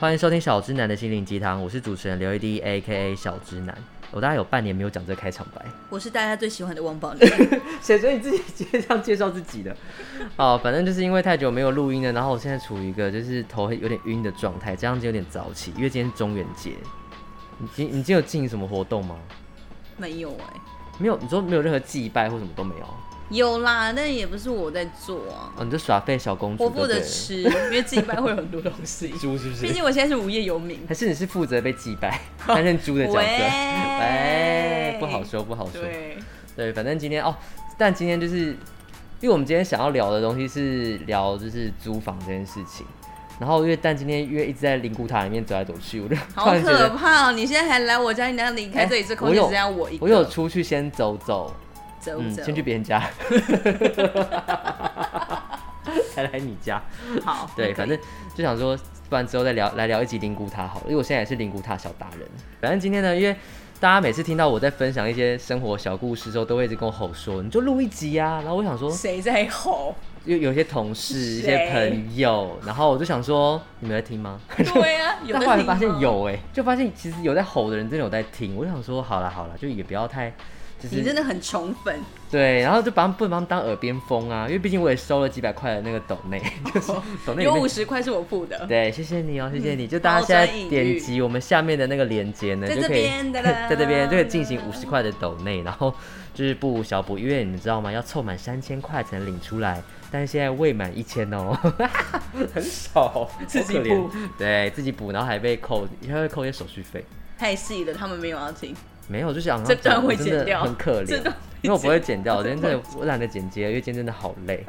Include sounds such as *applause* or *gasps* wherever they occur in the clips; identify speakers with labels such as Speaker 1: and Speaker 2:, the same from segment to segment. Speaker 1: 欢迎收听小直男的心灵鸡汤，我是主持人刘一滴，A K A 小直男。我大概有半年没有讲这个开场白，
Speaker 2: 我是大家最喜欢的汪宝玲，
Speaker 1: *laughs* 谁准你自己介绍介绍自己的？哦，反正就是因为太久没有录音了，然后我现在处于一个就是头有点晕的状态，这样子有点早起，因为今天是中元节。你今你今天有进行什么活动吗？
Speaker 2: 没有哎、
Speaker 1: 没有，你说没有任何祭拜或什么都没有啊？
Speaker 2: 有啦，但也不是我在做啊，
Speaker 1: 哦，你就耍废小公主
Speaker 2: 我
Speaker 1: 就对了，，
Speaker 2: 负责吃，因为自己班会有很多东西
Speaker 1: 猪 *laughs* 是不
Speaker 2: 毕
Speaker 1: 是？
Speaker 2: 竟我现在是无业游
Speaker 1: *laughs*
Speaker 2: 民。
Speaker 1: 还是你是负责被祭 *laughs* 拜，担任猪的 *laughs* 角色？
Speaker 2: 喂
Speaker 1: 喂，哎不好说，不好说。
Speaker 2: 对，
Speaker 1: 对，反正今天哦，但今天就是，因为我们今天想要聊的东西是聊就是租房这件事情，然后因为但今天因为一直在灵骨塔里面走来走去，我就突
Speaker 2: 好
Speaker 1: 然觉
Speaker 2: 可
Speaker 1: 得
Speaker 2: 怕、哦！你现在还来我家，你等下离开这里，
Speaker 1: 哎
Speaker 2: 这空
Speaker 1: 我
Speaker 2: 间
Speaker 1: 有
Speaker 2: 只剩下我一个。
Speaker 1: 我有出去先走走，
Speaker 2: 走
Speaker 1: 嗯，
Speaker 2: 走，
Speaker 1: 先去别
Speaker 2: *laughs*
Speaker 1: 人家，才来你
Speaker 2: *laughs*
Speaker 1: 家，
Speaker 2: 好，
Speaker 1: *laughs* 对，
Speaker 2: 那可
Speaker 1: 反
Speaker 2: 以
Speaker 1: 正就想说，不然之后再聊来聊一集灵骨塔好了，因为我现在也是灵骨塔小达人。反正今天呢，因为大家每次听到我在分享一些生活小故事之后，都会一直跟我吼说，你就录一集啊。然后我想说，
Speaker 2: 谁在吼？
Speaker 1: 有有些同事、一些
Speaker 2: 谁
Speaker 1: 朋友，然后我就想说，你们在听吗？
Speaker 2: 对啊，有
Speaker 1: *laughs* 但
Speaker 2: 的
Speaker 1: 后来
Speaker 2: 听
Speaker 1: 发现
Speaker 2: 吗，
Speaker 1: 有哎、就发现其实有在吼的人真的有在听。我就想说，好了好了，就也不要太，就是
Speaker 2: 你真的很宠粉，
Speaker 1: 对，然后就把他们不能把他们当耳边风啊，因为毕竟我也收了几百块的那个抖内，就是
Speaker 2: *laughs*
Speaker 1: 抖内里
Speaker 2: 有
Speaker 1: 面
Speaker 2: 五十块是我付的。
Speaker 1: 对，谢谢你哦，谢谢你。
Speaker 2: 嗯
Speaker 1: 就大家
Speaker 2: 抛
Speaker 1: 现在
Speaker 2: 砖引
Speaker 1: 点
Speaker 2: 玉
Speaker 1: 击我们下面的那个链接呢，
Speaker 2: 在
Speaker 1: 就
Speaker 2: 这
Speaker 1: 可以 *laughs*
Speaker 2: 边哒啦
Speaker 1: 在这边就可以进行五十块的抖内，然后就是不无小补，因为你们知道吗？要凑满三千块才能领出来，但是现在未满一千
Speaker 2: *laughs*
Speaker 1: 哦，很少，
Speaker 2: 自己
Speaker 1: 好可怜
Speaker 2: 补，
Speaker 1: 对自己补，然后还被扣，还会扣一些手续费。
Speaker 2: 太细了，他们没有要听。
Speaker 1: 没有，就想
Speaker 2: 这段
Speaker 1: 我
Speaker 2: 会
Speaker 1: 真的
Speaker 2: 剪掉
Speaker 1: 很可
Speaker 2: 这
Speaker 1: 怜
Speaker 2: 段会，
Speaker 1: *laughs* 因为我不会剪掉，我今天真的我懒得剪接，因为今天真的好累。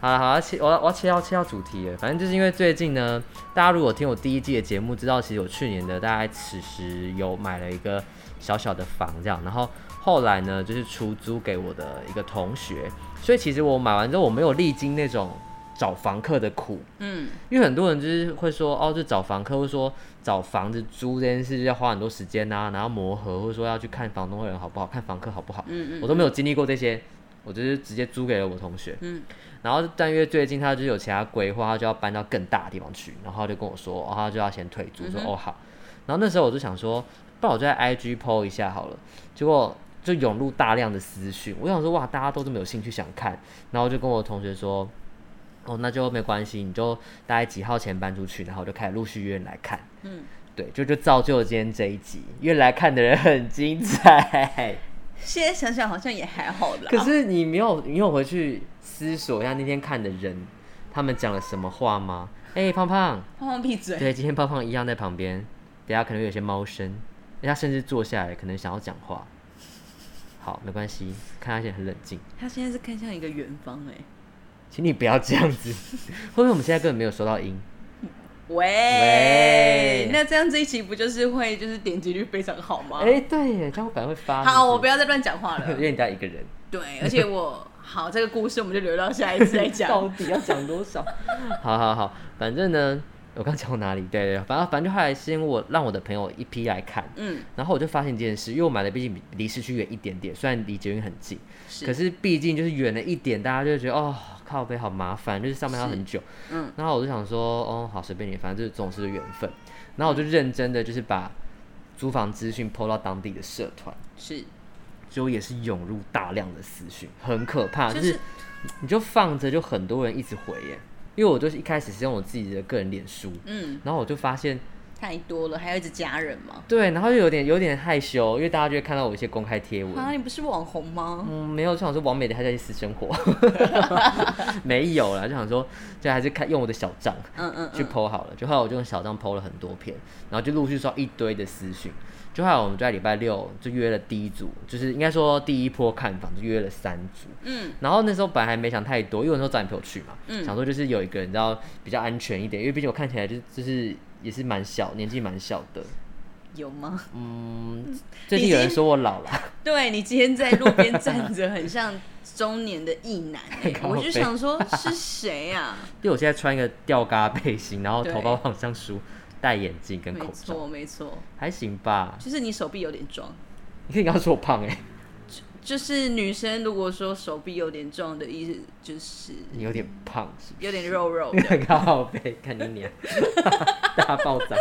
Speaker 1: 好了好了，切我要我要切到切到主题了，反正就是因为最近呢，大家如果听我第一季的节目，知道其实我去年的大概此时有买了一个小小的房这样，然后后来呢就是出租给我的一个同学，所以其实我买完之后我没有历经那种找房客的苦，
Speaker 2: 嗯，
Speaker 1: 因为很多人就是会说，哦，就找房客，或者说找房子租这件事要花很多时间呐、然后磨合，或者说要去看房东会人好不好，看房客好不好，
Speaker 2: 嗯嗯
Speaker 1: 我都没有经历过这些，我就是直接租给了我同学，
Speaker 2: 嗯，
Speaker 1: 然后但因为最近他就是有其他规划，他就要搬到更大的地方去，然后他就跟我说，哦，他就要先退租，我说、
Speaker 2: 嗯
Speaker 1: 哦好，然后那时候我就想说，不然我就在 IG PO 一下好了，结果。就涌入大量的私讯，我想说哇，大家都这么有兴趣想看，然后我就跟我同学说，哦，那就没关系，你就大概几号前搬出去，然后我就开始陆续约人来看。
Speaker 2: 嗯，
Speaker 1: 对，就就造就了今天这一集，因为来看的人很精彩。
Speaker 2: 现在想想好像也还好啦。啊
Speaker 1: 可是你没有，你有回去思索一下那天看的人，他们讲了什么话吗？哎、胖胖，
Speaker 2: 胖胖闭嘴。
Speaker 1: 对，今天胖胖一样在旁边，等下可能会有些猫声，哎他甚至坐下来，可能想要讲话。好，没关系，看他现在很冷静，
Speaker 2: 他现在是看向一个远方哎、
Speaker 1: 请你不要这样子，会不会我们现在根本没有收到音？
Speaker 2: 喂，
Speaker 1: 喂
Speaker 2: 那这样这一期不就是会就是点击率非常好吗？
Speaker 1: 哎、对耶，这样我反而会发。
Speaker 2: 好，我不
Speaker 1: 要，
Speaker 2: 要再乱讲话
Speaker 1: 因
Speaker 2: 了。
Speaker 1: 为你家一个人。
Speaker 2: 对，而且我好这个故事我们就留到下一次再
Speaker 1: 到
Speaker 2: 讲。
Speaker 1: 底要讲多少？好好好，反正呢，我刚讲到哪里？对对对，反正反正就后来是因为我让我的朋友一批来看，
Speaker 2: 嗯，
Speaker 1: 然后我就发现这件事，因为我买的毕竟比离市区远一点点，虽然离捷运很近，
Speaker 2: 是
Speaker 1: 可是毕竟就是远了一点，大家就会觉得哦，靠背好麻烦，就是上班要很久。
Speaker 2: 嗯，
Speaker 1: 然后我就想说，哦，好，随便你，反正这种是缘分。然后我就认真的就是把租房资讯 PO 到当地的社团，
Speaker 2: 是，
Speaker 1: 就也是涌入大量的私讯，很可怕，
Speaker 2: 就
Speaker 1: 就是是你就放着，就很多人一直回耶。因为我就是一开始是用我自己的个人脸书，
Speaker 2: 嗯，
Speaker 1: 然后我就发现，
Speaker 2: 太多了，还要一直加人吗？
Speaker 1: 对，然后又有点有点害羞，因为大家就会看到我一些公开贴文。
Speaker 2: 啊，你不是网红吗？
Speaker 1: 嗯，没有，就想说王美的她在私
Speaker 2: *laughs*
Speaker 1: 生活，没有啦，就想说，就还是看用我的小账
Speaker 2: 嗯嗯
Speaker 1: 去
Speaker 2: 嗯，
Speaker 1: PO 好了。就后来我就用小账 PO 了很多篇，然后就陆续收到一堆的私讯。就后来我们就在礼拜六就约了第一组，就是应该说第一波看房就约了三组，
Speaker 2: 嗯，
Speaker 1: 然后那时候本来还没想太多，因为我那时候找你陪我去嘛，
Speaker 2: 嗯
Speaker 1: 想说就是有一个人你知道比较安全一点，因为毕竟我看起来就是就是也是蛮小，年纪蛮小的。
Speaker 2: 有吗？
Speaker 1: 嗯，最近有人说我老了，
Speaker 2: 对你今天在路边站着，很像中年的异男、
Speaker 1: *laughs*
Speaker 2: 欸
Speaker 1: 靠，背
Speaker 2: 我就想说是
Speaker 1: *laughs*
Speaker 2: 谁啊？
Speaker 1: 因为我现在穿一个吊嘎背心，然后头发
Speaker 2: 对
Speaker 1: 往上梳，戴眼镜跟
Speaker 2: 没
Speaker 1: 口罩，
Speaker 2: 错没错，
Speaker 1: 还行吧。
Speaker 2: 就是你手臂有点装。
Speaker 1: 你可以跟他说我胖哎、欸，
Speaker 2: 就是女生如果说手臂有点重的意思，就是嗯
Speaker 1: 你有点胖是
Speaker 2: 有点肉肉
Speaker 1: 不是？你很靠背，看你脸， *laughs* 大爆炸。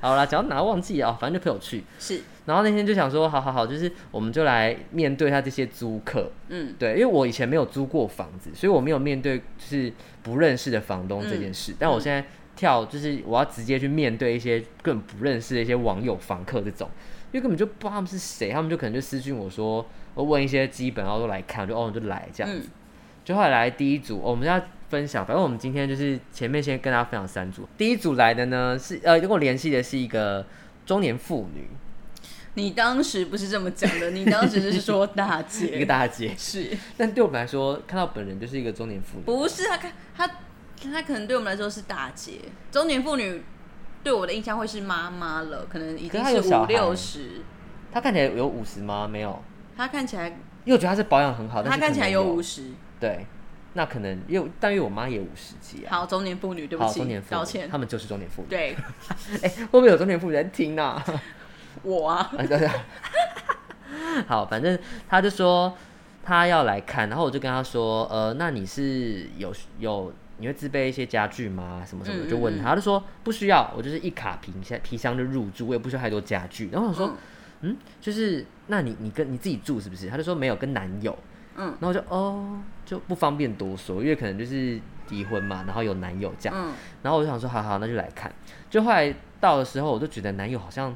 Speaker 1: 好啦，讲到哪忘记啊、反正就陪我去。
Speaker 2: 是，
Speaker 1: 然后那天就想说，好好好，就是我们就来面对一下这些租客。
Speaker 2: 嗯，
Speaker 1: 对，因为我以前没有租过房子，所以我没有面对就是不认识的房东这件
Speaker 2: 嗯
Speaker 1: 事。但我现在跳，就是我要直接去面对一些更不认识的一些网友、房客这种，因为根本就不知道他们是谁，他们就可能就私讯我说，我问一些基本，然后都来看，我就哦你就来这样子。
Speaker 2: 嗯
Speaker 1: 就后来来第一组，哦我们要分享，反正我们今天就是前面先跟大家分享三组。第一组来的呢是呃，跟我联系的是一个中年妇女，
Speaker 2: 你当时不是这么讲的，你当时就是说大
Speaker 1: 一个 *laughs*
Speaker 2: 姐，
Speaker 1: 大姐，
Speaker 2: 是
Speaker 1: 但对我们来说，看到本人就是一个中年妇女。
Speaker 2: 不是？他看他他可能对我们来说是大姐，中年妇女对我的印象会是妈妈了，可能已
Speaker 1: 可是
Speaker 2: 经
Speaker 1: 她有
Speaker 2: 是
Speaker 1: 小
Speaker 2: 五
Speaker 1: 孩
Speaker 2: 六十，
Speaker 1: 她看起来有五十吗？没有，
Speaker 2: 她看起来
Speaker 1: 因为我觉得她是保养很好，但
Speaker 2: 她
Speaker 1: 是
Speaker 2: 看起来
Speaker 1: 可能
Speaker 2: 有
Speaker 1: 有
Speaker 2: 五十。
Speaker 1: 对，那可能因为但因为我妈也五十几啊。
Speaker 2: 好，中年妇女，对不
Speaker 1: 好，
Speaker 2: 起
Speaker 1: 中年，妇
Speaker 2: 道
Speaker 1: 女，
Speaker 2: 歉
Speaker 1: 他。们就是中年妇女。
Speaker 2: 对
Speaker 1: 哎、会不会有中年妇女在听呢、啊？ *laughs*
Speaker 2: 我啊，
Speaker 1: 啊对对。好，反正他就说他要来看，然后我就跟他说，呃，那你是有有你会自备一些家具吗？什么什么的，
Speaker 2: 嗯
Speaker 1: 就问他，他就说不需要，我就是一卡皮箱皮箱就入住，我也不需要太多家具。 *laughs* 然后我想说，
Speaker 2: 嗯
Speaker 1: 嗯，就是那你你跟你自己住是不是？他就说没有，跟男友。
Speaker 2: 嗯
Speaker 1: 然后我就哦就不方便多说，因为可能就是离婚嘛，然后有男友这样。
Speaker 2: 嗯，
Speaker 1: 然后我就想说，好好，那就来看。就后来到的时候，我就觉得男友好像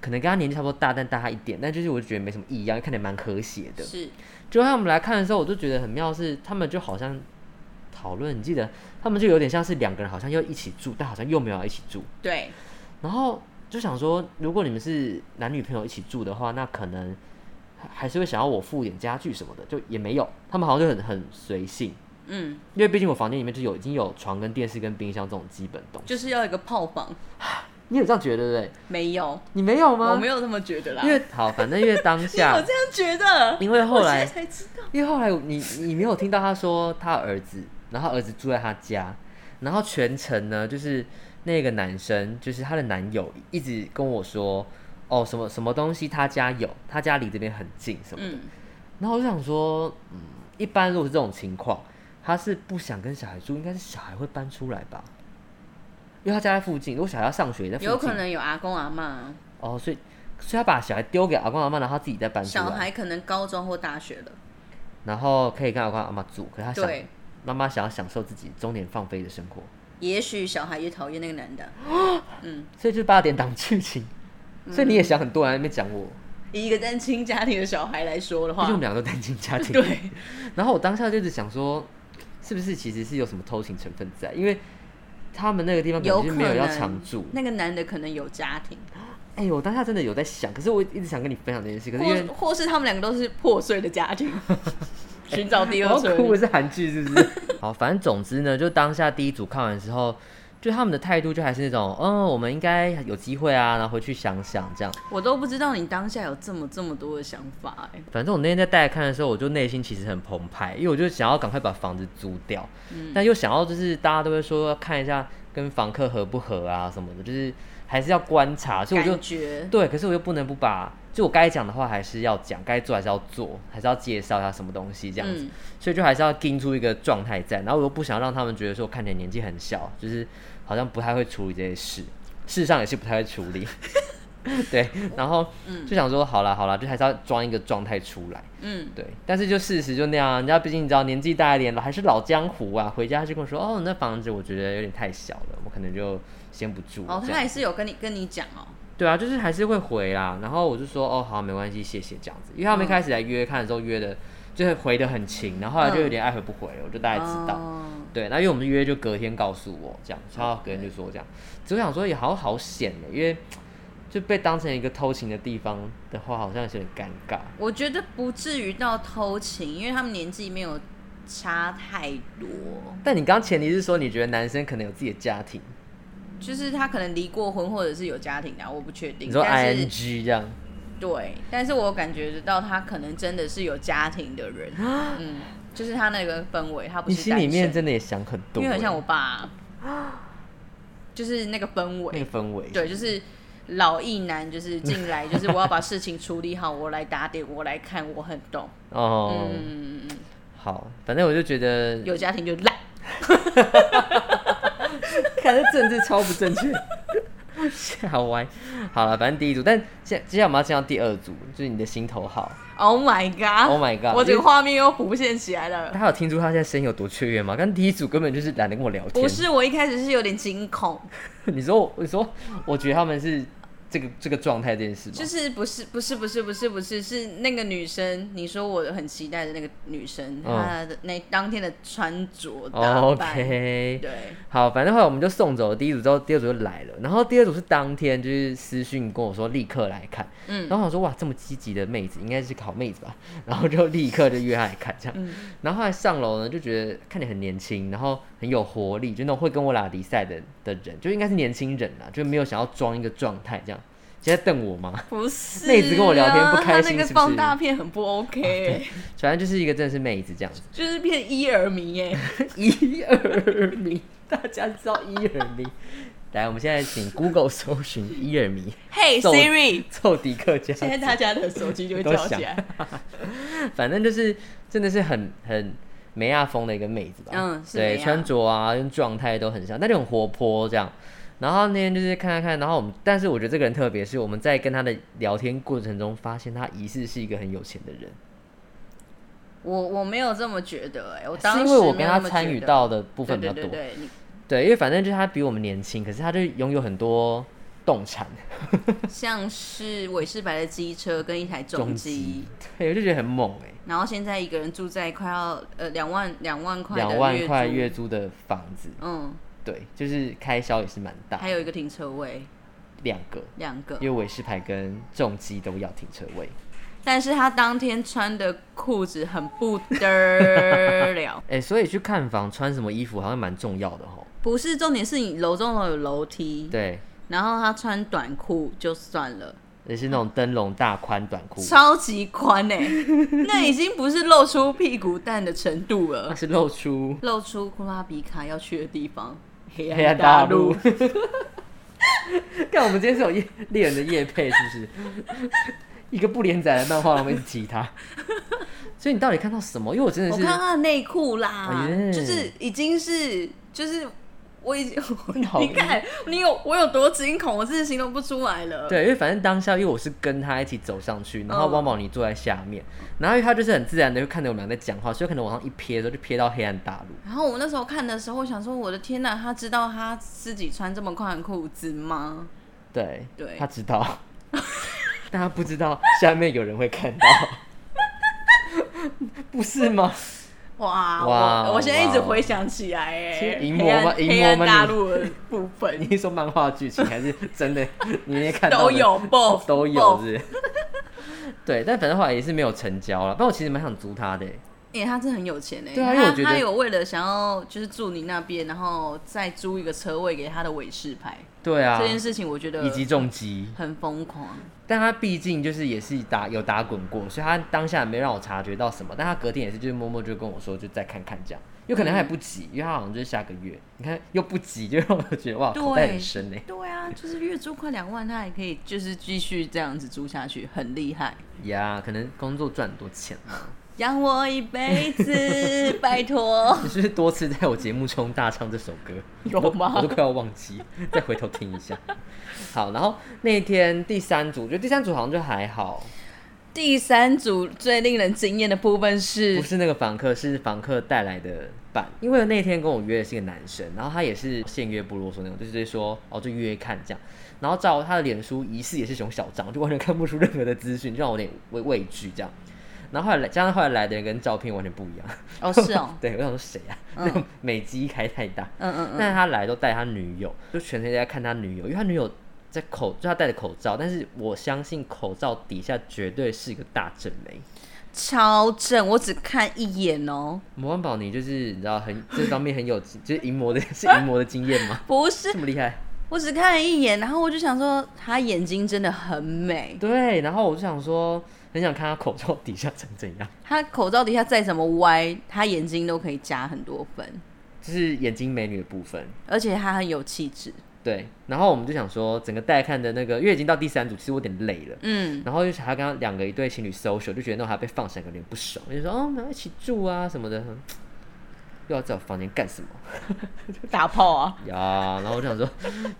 Speaker 1: 可能跟他年纪差不多大，但大他一点，但就是我就觉得没什么异样，看起来蛮和谐的。
Speaker 2: 是
Speaker 1: 就他们来看的时候，我就觉得很妙是，他们就好像讨论，你记得他们就有点像是两个人好像要一起住，但好像又没有要一起住。
Speaker 2: 对，
Speaker 1: 然后就想说，如果你们是男女朋友一起住的话，那可能还还是会想要我付一点家具什么的，就也没有，他们好像就很很随性，
Speaker 2: 嗯，
Speaker 1: 因为毕竟我房间里面就有已经有床跟电视跟冰箱这种基本东西。
Speaker 2: 就是要一个炮房，
Speaker 1: 你有这样觉得对不对？
Speaker 2: 没有，
Speaker 1: 你没有吗？
Speaker 2: 我没有这么觉得啦，
Speaker 1: 因为好，反正因为当
Speaker 2: 你有
Speaker 1: 下，
Speaker 2: 这样觉得，
Speaker 1: 因为后
Speaker 2: 我
Speaker 1: 来
Speaker 2: 现在，才知道，
Speaker 1: 因为后来你你没有听到他说他儿子，然后儿子住在他家，然后全程呢就是那个男生，就是他的男友一直跟我说，哦什么什么东西他家有，他家离这边很近什么，
Speaker 2: 嗯，
Speaker 1: 然后我就想说，嗯，一般如果是这种情况，他是不想跟小孩住，应该是小孩会搬出来吧。因为他家在附近，如果小孩要上学也在附近，
Speaker 2: 有可能有阿公阿啊妈，
Speaker 1: 哦，所以所以他把小孩丢给阿公阿妈，然后他自己再搬出
Speaker 2: 小
Speaker 1: 来，
Speaker 2: 孩可能高中或大学了，
Speaker 1: 然后可以跟阿公阿妈住。可是他想
Speaker 2: 对，
Speaker 1: 妈妈想要享受自己中年放飞的生活，
Speaker 2: 也许小孩也讨厌那
Speaker 1: *gasps*
Speaker 2: 个男的，嗯
Speaker 1: 所以就是八点档剧情。所以你也想很多啊人在那边讲我，
Speaker 2: 以一个单亲家庭的小孩来说的
Speaker 1: 毕竟我
Speaker 2: 话
Speaker 1: 们，两个都单亲家庭。
Speaker 2: 对，
Speaker 1: 然后我当下就是想说，是不是其实是有什么偷情成分在？因为他们那个地方可能
Speaker 2: 有
Speaker 1: 就
Speaker 2: 可
Speaker 1: 是没有要
Speaker 2: 能
Speaker 1: 常住。
Speaker 2: 那个男的可能有家庭，
Speaker 1: 哎、我当下真的有在想，可是我一直想跟你分享这件事，可是因为
Speaker 2: 或或是他们两个都是破碎的家
Speaker 1: *laughs*
Speaker 2: 庭，寻找第
Speaker 1: 我
Speaker 2: 二
Speaker 1: 要
Speaker 2: 春，
Speaker 1: 哭的是韩剧是
Speaker 2: *laughs*
Speaker 1: 不是？ *laughs* 好，反正总之呢，就当下第一组看完之后，就他们的态度就还是那种，嗯，我们应该有机会啊，然后回去想想这样。
Speaker 2: 我都不知道你当下有这么这么多的想法、哎，
Speaker 1: 反正我那天在带看的时候，我就内心其实很澎湃，因为我就想要赶快把房子租掉，
Speaker 2: 嗯
Speaker 1: 但又想要就是大家都会说要看一下跟房客合不合啊什么的，就是还是要观察，所以我就
Speaker 2: 感觉
Speaker 1: 对，可是我又不能不把就我该讲的话还是要讲，该做还是要做，还是要介绍一下什么东西这样子。
Speaker 2: 嗯
Speaker 1: 所以就还是要盯出一个状态在，然后我又不想让他们觉得说我看起来年纪很小，就是好像不太会处理这些事，事实上也是不太会处理。 *laughs* 对，然后就想说好啦好啦，就还是要装一个状态出来。
Speaker 2: 嗯，
Speaker 1: 对，但是就事实就那样啊，人家毕竟你知道年纪大一点了，还是老江湖啊，回家就跟我说哦，你那房子我觉得有点太小了，我可能就先不住了。
Speaker 2: 哦，
Speaker 1: 这样
Speaker 2: 他也是有跟你跟你讲哦，
Speaker 1: 对啊，就是还是会回啦。然后我就说哦，好，没关系，谢谢这样子。因为他
Speaker 2: 嗯
Speaker 1: 们一开始来约看的时候约的，就是回的很勤，然后后来就有点爱回不回了，我就大概知道。
Speaker 2: 嗯哦
Speaker 1: 对，那因为我们约就隔天告诉我这样，然后隔天就说这样。只是想说也好好险的，因为就被当成一个偷情的地方的话，好像有点尴尬。
Speaker 2: 我觉得不至于到偷情，因为他们年纪没有差太多，
Speaker 1: 但你刚前提是说你觉得男生可能有自己的家庭，
Speaker 2: 就是他可能离过婚或者是有家庭的啊，我不确定。
Speaker 1: 你说
Speaker 2: 但是
Speaker 1: ing 这样，
Speaker 2: 对，但是我感觉得到他可能真的是有家庭的人，嗯，就是他那个氛围，他不
Speaker 1: 啊你
Speaker 2: 是
Speaker 1: 心
Speaker 2: 单
Speaker 1: 里面
Speaker 2: 身
Speaker 1: 真的也想很多欸，
Speaker 2: 因为很像我爸啊、就是那个氛围
Speaker 1: 那，个氛围，
Speaker 2: 对，就是老一男就是
Speaker 1: *laughs*
Speaker 2: 进来，就是我要把事情处理好，我来打点，我来看，我很懂。
Speaker 1: 哦，
Speaker 2: 嗯，
Speaker 1: 好，反正我就觉得，
Speaker 2: 有家庭就烂，
Speaker 1: 看这政治超不正确，吓歪。 *laughs* 好了，反正第一组，但现接下来我们要进到第二组，就是你的心头好。
Speaker 2: Oh my god!
Speaker 1: Oh my god
Speaker 2: 我整个画面又浮现起来了。
Speaker 1: 大家有听出他现在声音有多雀跃吗？刚第一组根本就是懒得跟我聊天。
Speaker 2: 不，是，我一开始是有点惊恐，
Speaker 1: *laughs* 你说，你说，我觉得他们是这个这个状态这件事吗？
Speaker 2: 就是不是不是不是不是不是是那个女生，你说我很期待的那个女生，
Speaker 1: 嗯
Speaker 2: 她的那当天的穿着打
Speaker 1: 哦
Speaker 2: 扮
Speaker 1: OK，
Speaker 2: 对，
Speaker 1: 好，反正后来我们就送走了第一组之后，第二组就来了。然后第二组是当天就是私讯跟我说立刻来看，
Speaker 2: 嗯
Speaker 1: 然后我想说哇这么积极的妹子应该是个好妹子吧， *laughs* 然后就立刻就约她来看这样。
Speaker 2: 嗯
Speaker 1: 然后后来上楼呢就觉得看你很年轻，然后很有活力，就那种会跟我打比赛的的人，就应该是年轻人啦，就没有想要装一个状态这样。你在瞪 *laughs* 我吗？
Speaker 2: 不是、啊。
Speaker 1: 妹子跟我聊天不开心
Speaker 2: 她那
Speaker 1: 是不
Speaker 2: 个
Speaker 1: 是哦
Speaker 2: 放大片很不 OK，、
Speaker 1: 反正就是一个真的是妹子这样子。
Speaker 2: 就是变一耳迷耶、
Speaker 1: 一耳鸣， *laughs* 大家知道一耳鸣。来，我们现在请 Google 搜寻一耳鸣。
Speaker 2: Hey
Speaker 1: 揍
Speaker 2: Siri，
Speaker 1: 臭迪克家，
Speaker 2: 现在大家的手机就会
Speaker 1: 都
Speaker 2: 叫
Speaker 1: 响
Speaker 2: 起来。
Speaker 1: *laughs* 反正就是真的是很很梅亚风的一个妹子吧，
Speaker 2: 嗯是梅
Speaker 1: 对，
Speaker 2: 亚
Speaker 1: 穿着啊跟状态都很像，但就很活泼这样。然后那天就是看看看，然后我们，但是我觉得这个人特别，是我们在跟他的聊天过程中发现他疑似是一个很有钱的人，
Speaker 2: 我我没有这么觉得哎、我当
Speaker 1: 是
Speaker 2: 时
Speaker 1: 因为我
Speaker 2: 没
Speaker 1: 跟
Speaker 2: 有
Speaker 1: 他
Speaker 2: 那么
Speaker 1: 参
Speaker 2: 觉
Speaker 1: 与
Speaker 2: 得
Speaker 1: 到的部分比
Speaker 2: 对
Speaker 1: 较
Speaker 2: 对
Speaker 1: 多，
Speaker 2: 对对，你
Speaker 1: 对，因为反正就是他比我们年轻，可是他就拥有很多动产，
Speaker 2: 像是韦世白的机车跟一台重机，，
Speaker 1: 对，我就觉得很猛哎、
Speaker 2: 然后现在一个人住在快要呃两万两万块的
Speaker 1: 两万
Speaker 2: 月
Speaker 1: 块
Speaker 2: 租
Speaker 1: 月租的房子，
Speaker 2: 嗯，
Speaker 1: 对，就是开销也是蛮大，
Speaker 2: 还有一个停车位，
Speaker 1: 两个，
Speaker 2: 两个
Speaker 1: 因。为韦氏牌跟重机都要停车位。
Speaker 2: 但是他当天穿的裤子很不得了，
Speaker 1: 哎、所以去看房穿什么衣服好像蛮重要的吼。
Speaker 2: 不是重点是你楼中楼有楼梯，
Speaker 1: 对，
Speaker 2: 然后他穿短裤就算了，
Speaker 1: 也是那种灯笼大宽短裤，
Speaker 2: 超级宽
Speaker 1: *laughs*
Speaker 2: 哎、那已经不是露出屁股蛋的程度了
Speaker 1: 那。是露出
Speaker 2: 露出库拉比卡要去的地方——
Speaker 1: *laughs*
Speaker 2: 黑
Speaker 1: 黑暗大陆。。 *laughs* 看我们今天是有夜猎人的夜配是不是？一个不连载的漫画，我们一直提它。所以你到底看到什么？因为我真的
Speaker 2: 我
Speaker 1: 是，
Speaker 2: 看他的内裤啦，
Speaker 1: 哎呀
Speaker 2: 就是已经是，就是
Speaker 1: *laughs*
Speaker 2: 我已经，
Speaker 1: 好
Speaker 2: *laughs* 你看你有我有多惊恐，我真的形容不出来了。，
Speaker 1: 对，因为反正当下，因为我是跟他一起走上去，然后
Speaker 2: 嗯
Speaker 1: 汪宝妮坐在下面，然后因为他就是很自然的就看着我们俩在讲话，所以可能往上一瞥的时候就瞥到黑暗大陆。
Speaker 2: 然后我那时候看的时候，我想说，我的天呐，他知道他自己穿这么宽的裤子吗？
Speaker 1: 对，
Speaker 2: 对
Speaker 1: 他知
Speaker 2: *laughs*
Speaker 1: 道，但他不知道下面有人会看到， *laughs* 不是吗？
Speaker 2: 哇，
Speaker 1: 哇
Speaker 2: 我我现在一直
Speaker 1: 哇
Speaker 2: 回想起来，哎，
Speaker 1: 是淫魔
Speaker 2: 黑暗
Speaker 1: 吗淫魔
Speaker 2: 黑暗
Speaker 1: 吗
Speaker 2: 大
Speaker 1: 你
Speaker 2: 陆的部分
Speaker 1: *laughs* 你是说漫画剧情还是真
Speaker 2: *laughs*
Speaker 1: 的？你也看到的
Speaker 2: 都
Speaker 1: *laughs*
Speaker 2: 有 both
Speaker 1: 都
Speaker 2: both
Speaker 1: 有是不是对，但反正后来也是没有成交了。但我其实蛮想租他的欸，
Speaker 2: 哎、他真的很有钱哎、
Speaker 1: 对啊因为
Speaker 2: 他
Speaker 1: 我觉得
Speaker 2: 他有为了想要就是住你那边，然后再租一个车位给他的韦氏牌、
Speaker 1: 对啊
Speaker 2: 这，件事呃情，我觉得
Speaker 1: 以及重击。
Speaker 2: 很疯狂。
Speaker 1: 但他毕竟就是也是打有打滚过，所以他当下没让我察觉到什么，但他隔天也是就是默默就跟我说就再看看这样，有可能他也不急，因为他好像就是下个月，你看又不急，就让我觉得哇口袋
Speaker 2: 对
Speaker 1: 很欸深呢。，
Speaker 2: 对啊，就是月租快两万，他还可以就是继续这样子租下去，很厉害。
Speaker 1: 呀可能工作赚很多钱啊，
Speaker 2: 养我一辈
Speaker 1: *laughs*
Speaker 2: 子，拜托。
Speaker 1: 你是不是多次在我节目中大唱这首歌？
Speaker 2: 有
Speaker 1: 我
Speaker 2: 吗
Speaker 1: 我都快要忘记，再回头听一下。好，然后那一天第三组，我觉得第三组好像就还好，
Speaker 2: 第三组最令人惊艳的部分是
Speaker 1: 不，是那个房客，是房客带来的伴。因为那天跟我约的是一个男生，然后他也是现约不啰嗦那种，就是直接说哦就约看这样。然后照他的脸书疑似也是熊小张，就完全看不出任何的资讯，就让我有点畏畏惧这样。然后后来来加上后来来的人跟照片完全不一样。，
Speaker 2: 哦是哦
Speaker 1: *laughs* 对，我想说谁啊？ *laughs* 那种美肌开太大。
Speaker 2: 嗯嗯嗯，
Speaker 1: 但他来都带他女友，就全程在看他女友，因为他女友在口，就他戴着口罩，但是我相信口罩底下绝对是一个大正妹。
Speaker 2: 超正，我只看一眼哦。
Speaker 1: 魔王宝妮就是你知道很 *laughs* 这方面很有，就是淫魔的是淫魔的经验
Speaker 2: *laughs*
Speaker 1: 吗？
Speaker 2: 不是
Speaker 1: 这么厉害？
Speaker 2: 我只看了一眼，然后我就想说，她眼睛真的很美，
Speaker 1: 对，然后我就想说，很想看他口罩底下长怎样，
Speaker 2: 她口罩底下再怎么歪，她眼睛都可以加很多分，
Speaker 1: 就是眼睛美女的部分。
Speaker 2: 而且她很有气质。
Speaker 1: 对，然后我们就想说，整个带看的那个，因为已经到第三组，其实我有点累了。
Speaker 2: 嗯，
Speaker 1: 然后就想要跟他两个一对情侣 social，就觉得那我还被放闪，有点不爽，就说哦，我们要一起住啊什么的，嗯又要在我房间干什么
Speaker 2: 打炮啊，
Speaker 1: 呀？然后我就想说，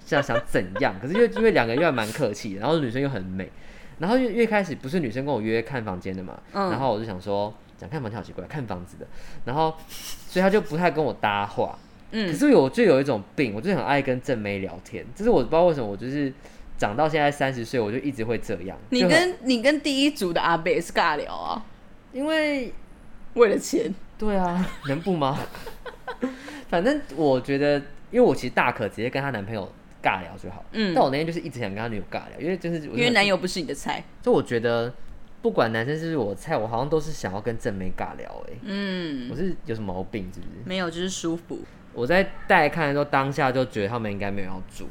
Speaker 1: 这样想怎样？可是因为因为两个人又还蛮客气的，然后女生又很美，然后越越开始不是女生跟我约看房间的嘛，
Speaker 2: 嗯
Speaker 1: 然后我就想说，讲看房间好奇怪，看房子的，然后所以他就不太跟我搭话，可
Speaker 2: 嗯，
Speaker 1: 是有我就有一种病，我就很爱跟正妹聊天，这是我不知道为什么，我就是长到现在三十岁，我就一直会这样。
Speaker 2: 你
Speaker 1: 就很
Speaker 2: 跟你跟第一组的阿北是尬聊啊，
Speaker 1: 因为
Speaker 2: 为了钱，
Speaker 1: 对啊，能不吗？ *laughs* 反正我觉得，因为我其实大可直接跟她男朋友尬聊就好。
Speaker 2: 嗯
Speaker 1: 但我那天就是一直想跟她女友尬聊，因为就是因
Speaker 2: 因为男友不是你的菜，
Speaker 1: 就我觉得不管男生是不是我的菜，我好像都是想要跟正妹尬聊、欸。哎、
Speaker 2: 嗯，
Speaker 1: 我是有什么毛病是不是？
Speaker 2: 没有就是舒服，
Speaker 1: 我在带看的时候，当下就觉得他们应该没有要住。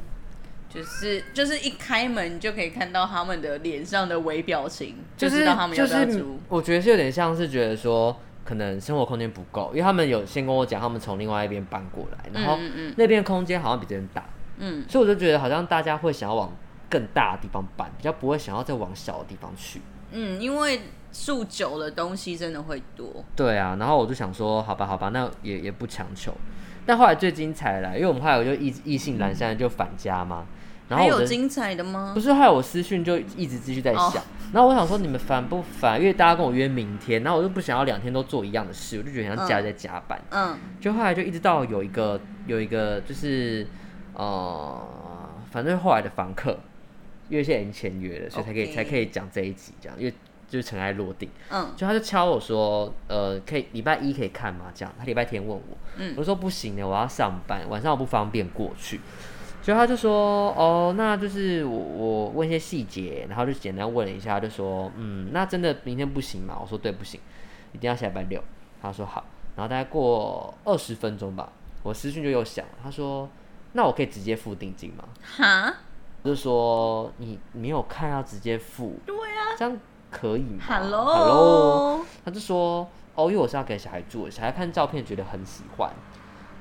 Speaker 2: 就是就是一开门就可以看到他们的脸上的微表情，就是知道他们要
Speaker 1: 就
Speaker 2: 不要
Speaker 1: 是
Speaker 2: 租，
Speaker 1: 我觉得是有点像是觉得说，可能生活空间不够，因为他们有先跟我讲，他们从另外一边搬过来，然后
Speaker 2: 嗯嗯
Speaker 1: 那边空间好像比这边大，
Speaker 2: 嗯
Speaker 1: 所以我就觉得好像大家会想要往更大的地方搬，比较不会想要再往小的地方去。
Speaker 2: 嗯，因为住久了东西真的会多，
Speaker 1: 对啊，然后我就想说，好吧，好吧，那也也不强求。但后来最精彩了，因为我们后来我就意意兴阑珊地就返家嘛，然后
Speaker 2: 嗯还
Speaker 1: 我
Speaker 2: 有
Speaker 1: 的
Speaker 2: 精彩的吗
Speaker 1: 不？是，害我私讯就一直继续在想。
Speaker 2: 哦
Speaker 1: 然后我想说你们烦不烦？因为大家跟我约明天，然后我就不想要两天都做一样的事，我就觉得很像假日在加班。
Speaker 2: 嗯，
Speaker 1: 就后来就一直到有一个有一个就是呃，反正后来的房客，因为现在已经签约了，所以才可以
Speaker 2: OK
Speaker 1: 才可以讲这一集这样，因为就是尘埃落定。
Speaker 2: 嗯，
Speaker 1: 就他就敲我说，呃，可以礼拜一可以看吗？这样，他礼拜天问我，我就说不行欸的，我要上班，晚上我不方便过去。所以他就说，哦，那就是我我问一些细节，然后就简单问了一下，就说，嗯，那真的明天不行吗？我说对，不行，一定要下礼拜六。他说好，然后大概过二十分钟吧，我私讯就又响了，他说，那我可以直接付定金吗？
Speaker 2: 哈，
Speaker 1: 我就说你没有看要直接付，
Speaker 2: 对啊
Speaker 1: 这样可以吗
Speaker 2: ，Hello，
Speaker 1: 他就说：“哦，因为我是要给小孩住的，小孩看照片觉得很喜欢。”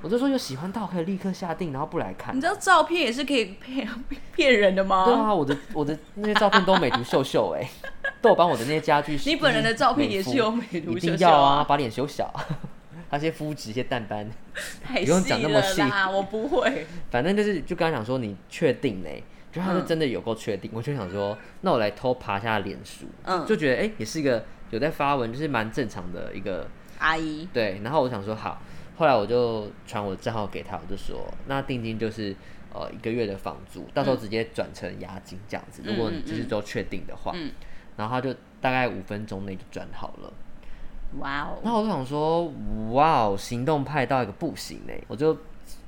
Speaker 1: 我就说：“有喜欢到可以立刻下定，然后不来看
Speaker 2: 你。知道照片也是可以骗骗人的”
Speaker 1: 对
Speaker 2: 吗？
Speaker 1: 啊，我的我的那些照片都美图秀秀哎、 *laughs* 都有帮我的那些家具。
Speaker 2: 你本人的照片也是有
Speaker 1: 美
Speaker 2: 美
Speaker 1: 肤
Speaker 2: 图
Speaker 1: 一
Speaker 2: 秀
Speaker 1: 定
Speaker 2: 秀
Speaker 1: 要啊，，把脸修小， *laughs* 那些肤质、一些淡斑，
Speaker 2: 啊太
Speaker 1: 不用讲
Speaker 2: 细
Speaker 1: 那么
Speaker 2: 了
Speaker 1: 细
Speaker 2: 啦，我不会，
Speaker 1: 反正就是就跟他讲说你确定呢、就他是
Speaker 2: 嗯
Speaker 1: 真的有够确定，我就想说，那我来偷爬一下脸书，
Speaker 2: 嗯
Speaker 1: 就觉得哎、也是一个有在发文，就是蛮正常的一个
Speaker 2: 阿姨，
Speaker 1: 对，然后我想说好，后来我就传我的账号给他，我就说那定金就是呃一个月的房租，到时候直接转成押金这样子。如果你就是都确定的话，
Speaker 2: 嗯
Speaker 1: 然后他就大概五分钟内就转好了。
Speaker 2: 哇哦，
Speaker 1: 然后我就想说，哇哦，行动派到一个不行哎、我就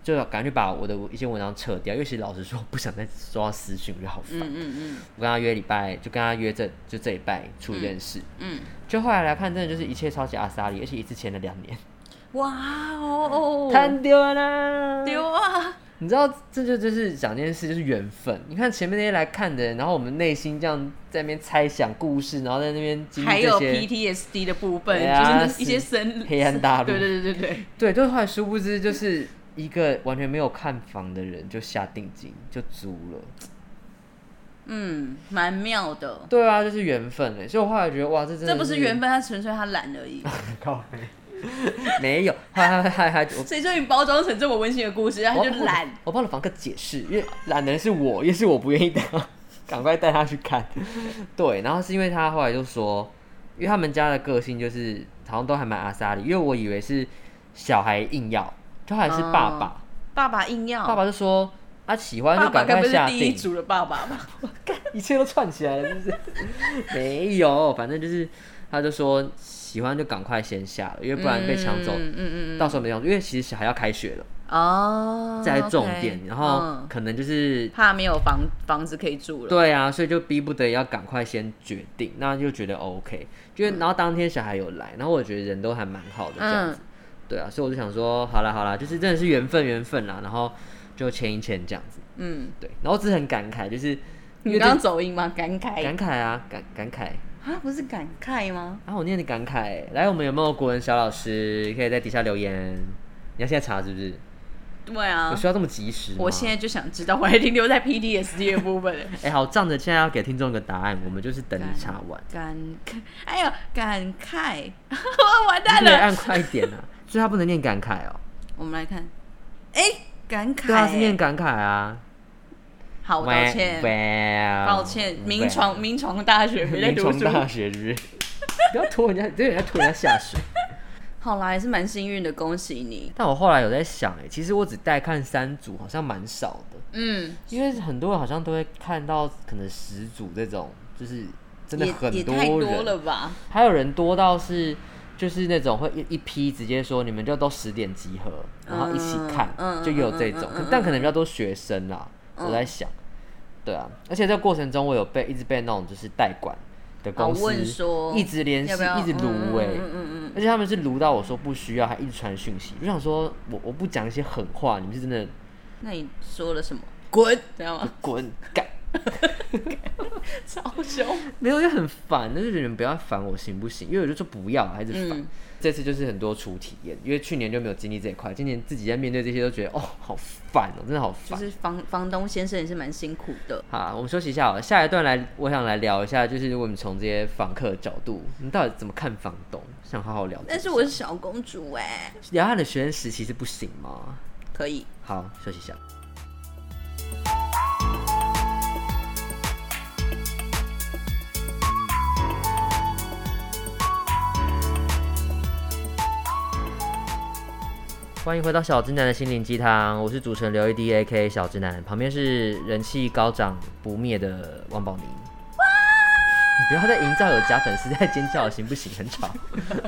Speaker 1: 就赶紧把我的一些文章撤掉，因为其实老实说，我不想再收到私讯，我觉得好烦。
Speaker 2: 嗯嗯
Speaker 1: 我跟他约礼拜，就跟他约这就这礼拜处理这件事。
Speaker 2: 嗯
Speaker 1: 就后来来看，真的就是一切超级阿莎里，而且一次签了两年。
Speaker 2: 嗯，哇哦，
Speaker 1: 摊丢了啦！
Speaker 2: 丢啊，
Speaker 1: 你知道，这就就是讲这件事，就是缘分。你看前面那些来看的人，然后我们内心这样在那边猜想故事，然后在那边经
Speaker 2: 还
Speaker 1: 历这
Speaker 2: 有
Speaker 1: 些，
Speaker 2: PTSD 的部分，
Speaker 1: 对啊
Speaker 2: 就是一些生
Speaker 1: 黑暗大陆
Speaker 2: 对对对对对，
Speaker 1: 对，就是后来殊不知，就是一个完全没有看房的人就下定金就租了。
Speaker 2: 嗯，蛮妙的。
Speaker 1: 对啊，就是缘分哎。所以我后来觉得，哇，这真的
Speaker 2: 这不是缘分，他纯粹他懒而已。 *laughs*
Speaker 1: 靠背， *laughs* 没有，后来还还还我
Speaker 2: 谁说你包装成这么温馨的故事，他
Speaker 1: 我
Speaker 2: 哎就懒。
Speaker 1: 哦我帮了房客解释，因为懒的人是我，也是我不愿意的，赶快带他去看。对，然后是因为他后来就说，因为他们家的个性就是好像都还蛮阿莎里，因为我以为是小孩硬要，就还是爸爸，
Speaker 2: 爸爸硬要，
Speaker 1: 爸爸就说啊喜欢
Speaker 2: 哦爸
Speaker 1: 就
Speaker 2: 爸
Speaker 1: 赶
Speaker 2: 该
Speaker 1: 快
Speaker 2: 不是
Speaker 1: 下
Speaker 2: 第一
Speaker 1: 定，
Speaker 2: 组的爸爸吧？
Speaker 1: *laughs* 一切都串起来了，是不是？ *laughs* 没有，反正就是他就说喜欢就赶快先下了，因为不然被抢走，
Speaker 2: 嗯嗯嗯
Speaker 1: 到时候没用，因为其实小孩要开学了，
Speaker 2: 嗯，哦，
Speaker 1: 这才是重点
Speaker 2: OK，
Speaker 1: 然后
Speaker 2: 嗯
Speaker 1: 可能就是
Speaker 2: 怕没有房房子可以住了。
Speaker 1: 对啊，所以就逼不得已要赶快先决定，那就觉得 OK，就
Speaker 2: 嗯
Speaker 1: 然后当天小孩有来，然后我觉得人都还蛮好的这样
Speaker 2: 嗯
Speaker 1: 子，对啊，所以我就想说，好啦好啦，就是真的是缘分缘分啦，然后就签一签这样子，
Speaker 2: 嗯，
Speaker 1: 对，然后只是很感慨，就是因
Speaker 2: 你
Speaker 1: 为
Speaker 2: 刚刚走音吗？感
Speaker 1: 这
Speaker 2: 慨
Speaker 1: 感慨啊感感慨，
Speaker 2: 啊，不是感慨吗？
Speaker 1: 啊我念的感慨欸，来我们有没有国文小老师可以在底下留言？你要现在查是不是？
Speaker 2: 对
Speaker 1: 有
Speaker 2: 啊，
Speaker 1: 需要这么及时吗？
Speaker 2: 我现在就想知道，我还停留在 PTSD 的
Speaker 1: *laughs*
Speaker 2: 部分了。
Speaker 1: 哎、好，仗着现在要给听众一个答案，我们就是等你查完，
Speaker 2: 感慨，哎呦，感慨， *laughs* 完蛋
Speaker 1: 你可以
Speaker 2: 了。
Speaker 1: 按快一点啊， *laughs* 所以他不能念感慨哦、
Speaker 2: 我们来看，哎、感慨、
Speaker 1: 对啊，是念感慨啊。
Speaker 2: 好，我道歉，
Speaker 1: Well，
Speaker 2: 抱歉，名床名床大 *laughs* 学没在
Speaker 1: 名
Speaker 2: 读
Speaker 1: 从
Speaker 2: 书。
Speaker 1: 大学是不
Speaker 2: *laughs*
Speaker 1: 是？不要拖人家，对人家拖人家下水。
Speaker 2: 好啦，还是蛮幸运的，恭喜你。
Speaker 1: 但我后来有在想，哎，其实我只带看三组，好像蛮少的，
Speaker 2: 嗯，
Speaker 1: 因为很多人好像都会看到可能十组这种，就是真的
Speaker 2: 也
Speaker 1: 很
Speaker 2: 也
Speaker 1: 多
Speaker 2: 太
Speaker 1: 人，
Speaker 2: 多了吧？
Speaker 1: 还有人多到是就是那种会一一批直接说你们就都十点集合，然后一起看，
Speaker 2: 嗯嗯
Speaker 1: 就也有这种，
Speaker 2: 嗯嗯嗯
Speaker 1: 但可能比较多学生啦，我在想，对啊，而且这个过程中我有被一直被那种就是代管的公司、
Speaker 2: 啊问说
Speaker 1: 一直联系，
Speaker 2: 要不要
Speaker 1: 一直撸哎、
Speaker 2: 嗯嗯嗯嗯
Speaker 1: 而且他们是撸到我说不需要，还一直传讯息，我想说我我不讲一些狠话，你们是真的
Speaker 2: 嗯，那你说了什么？滚，知道吗？
Speaker 1: 滚干。
Speaker 2: *laughs* 超凶。
Speaker 1: 没有，就很烦，但是你们不要烦我行不行？因为我就说不要，还是烦。
Speaker 2: 嗯
Speaker 1: 这次就是很多初体验，因为去年就没有经历这一块，今年自己在面对这些都觉得哦，好烦哦，真的好
Speaker 2: 就
Speaker 1: 烦。
Speaker 2: 是房房东先生也是蛮辛苦的。
Speaker 1: 好，我们休息一下好了。下一段来，我想来聊一下，就是如果你从这些访客的角度，你到底怎么看房东？想好好聊这个。
Speaker 2: 但是我是小公主哎、
Speaker 1: 聊他的学生时期是不行吗？
Speaker 2: 可以。
Speaker 1: 好，休息一下。欢迎回到小直男的心灵鸡汤，我是主持人刘一 D A K 小直男，旁边是人气高涨不灭的王宝宁。你不要再营造有假粉丝在尖叫了，行不行？很吵。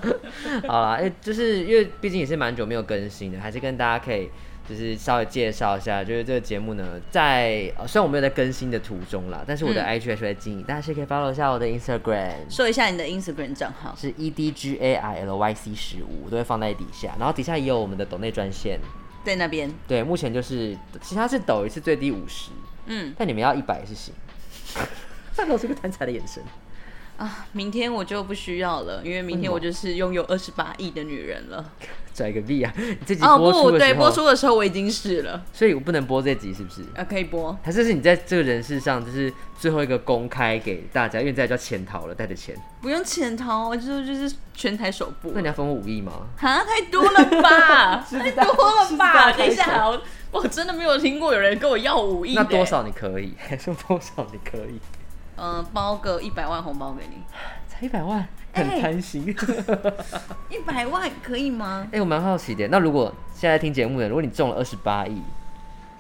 Speaker 1: *laughs* 好啦，哎、就是因为毕竟也是蛮久没有更新的，还是跟大家可以就是稍微介绍一下，就是这个节目呢，在、呃虽然我没有在更新的途中啦，但是我的 IG 还是在经营，大家是可以 follow 一下我的 Instagram。
Speaker 2: 说一下你的 Instagram 账号，
Speaker 1: 是 E D G A I L Y C 十五，都会放在底下，然后底下也有我们的抖内专线。
Speaker 2: 在那边。
Speaker 1: 对，目前就是其他是抖一次最低五十，
Speaker 2: 嗯
Speaker 1: 但你们要一百是 *laughs* 行。范老师个贪财的眼神。
Speaker 2: 啊，明天我就不需要了，因为明天我就是拥有二十八亿的女人了。
Speaker 1: 拽个屁啊！你这集
Speaker 2: 哦
Speaker 1: 播出
Speaker 2: 不
Speaker 1: 的时
Speaker 2: 对，
Speaker 1: 候，
Speaker 2: 播出的时候我已经是了，
Speaker 1: 所以我不能播这集，是不是？
Speaker 2: 啊，可以播。
Speaker 1: 还是是你在这个人事上，就是最后一个公开给大家，因为你再来就要潜逃了，带着钱，
Speaker 2: 不用潜逃，就是就是全台首播
Speaker 1: 那。你要分我五亿吗？
Speaker 2: 啊，太多了
Speaker 1: *laughs*
Speaker 2: 吧，太多
Speaker 1: 是
Speaker 2: 了
Speaker 1: 不是大
Speaker 2: 吧！
Speaker 1: 家
Speaker 2: 等一
Speaker 1: 开
Speaker 2: 下，
Speaker 1: 手
Speaker 2: 我我真的没有听过有人跟我要五亿、
Speaker 1: 那多？少你可以？ *laughs* 还说多少你可以？
Speaker 2: 嗯、包个一百万红包给你，
Speaker 1: 才一百万，很
Speaker 2: 哎
Speaker 1: 贪心。 *laughs*
Speaker 2: 一百万可以吗？
Speaker 1: 哎、我蛮好奇的。那如果现在听节目的，如果你中了二十八亿，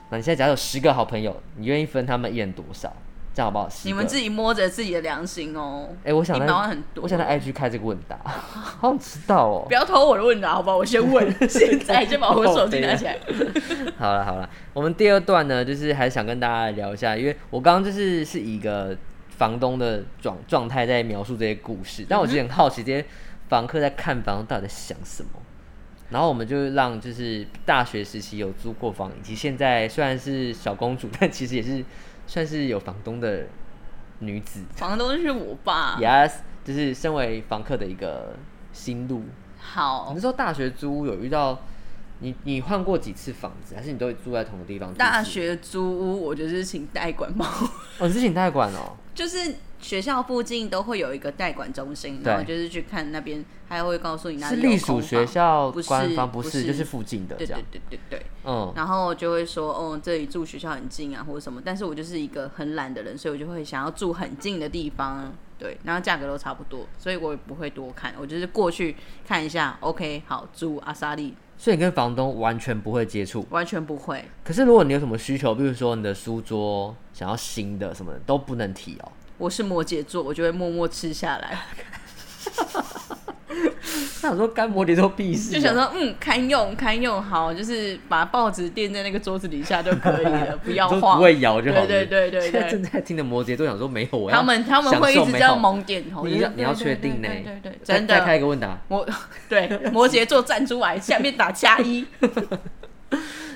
Speaker 1: 那你现在假如有十个好朋友，你愿意分他们一人多少？这样好不好？
Speaker 2: 你们自
Speaker 1: 己。
Speaker 2: 己摸着自己的良心哦。
Speaker 1: 哎、我想
Speaker 2: 一
Speaker 1: 在
Speaker 2: 百万很多，
Speaker 1: 我想在 IG 开这个问答， *laughs* 好想知道哦
Speaker 2: 不。要偷我的问答，好不好？我先
Speaker 1: *laughs*
Speaker 2: 问，现在就把我手机拿起来。
Speaker 1: 好了好了，我们第二段呢，就是还想跟大家聊一下，因为我刚刚就是是以一个房东的状状态在描述这些故事，但我其实很好奇这些房客在看房到底在想什么。然后我们就让就是大学时期有租过房，以及现在虽然是小公主，但其实也是算是有房东的女子。
Speaker 2: 房东是我爸。
Speaker 1: Yes，就是身为房客的一个心路。
Speaker 2: 好
Speaker 1: 你，说大学租屋有遇到你你换过几次房子，还是你都住在同个地方住几次？
Speaker 2: 大学租屋，我就是请代管帮我，
Speaker 1: 哦，你是请代管哦，
Speaker 2: 就是学校附近都会有一个代管中心，
Speaker 1: 对
Speaker 2: 然后就是去看那边，还会告诉你那
Speaker 1: 是
Speaker 2: 里
Speaker 1: 隶
Speaker 2: 有
Speaker 1: 属
Speaker 2: 空
Speaker 1: 学
Speaker 2: 房
Speaker 1: 校
Speaker 2: 不是
Speaker 1: 官方，
Speaker 2: 不
Speaker 1: 不是，就是附近的这
Speaker 2: 对
Speaker 1: 样
Speaker 2: 对。对对对。
Speaker 1: 嗯，
Speaker 2: 然后就会说，哦，这里住学校很近啊，或者什么。但是我就是一个很懒的人，所以我就会想要住很近的地方，对。然后价格都差不多，所以我也不会多看，我就是过去看一下，OK，好，住阿萨利，
Speaker 1: 所以你跟房东完全不会接触。
Speaker 2: 完全不会，
Speaker 1: 可是如果你有什么需求，比如说你的书桌想要新的什么的，都不能提哦。 *laughs*
Speaker 2: 我是摩羯座，我就会默默吃下来，
Speaker 1: 那我说干摩羯座屁事、啊
Speaker 2: 就想，说，嗯，堪用堪用，好，就是把报纸垫在那个桌子底下就可
Speaker 1: *laughs*
Speaker 2: 以了，不要
Speaker 1: 都
Speaker 2: 晃
Speaker 1: 不。会摇就好了。
Speaker 2: 对对对对对
Speaker 1: 现在正在听的摩羯座想说没有，我要
Speaker 2: 他们他们会一直这样
Speaker 1: 蒙。
Speaker 2: 猛点头，
Speaker 1: 你
Speaker 2: 就
Speaker 1: 要
Speaker 2: 是
Speaker 1: 你要
Speaker 2: 对
Speaker 1: 确定呢
Speaker 2: 对对对对，
Speaker 1: 再
Speaker 2: 真
Speaker 1: 再开
Speaker 2: 的，
Speaker 1: 一个问答，
Speaker 2: 摩对
Speaker 1: *laughs*
Speaker 2: 摩羯座站出来，下面打加一。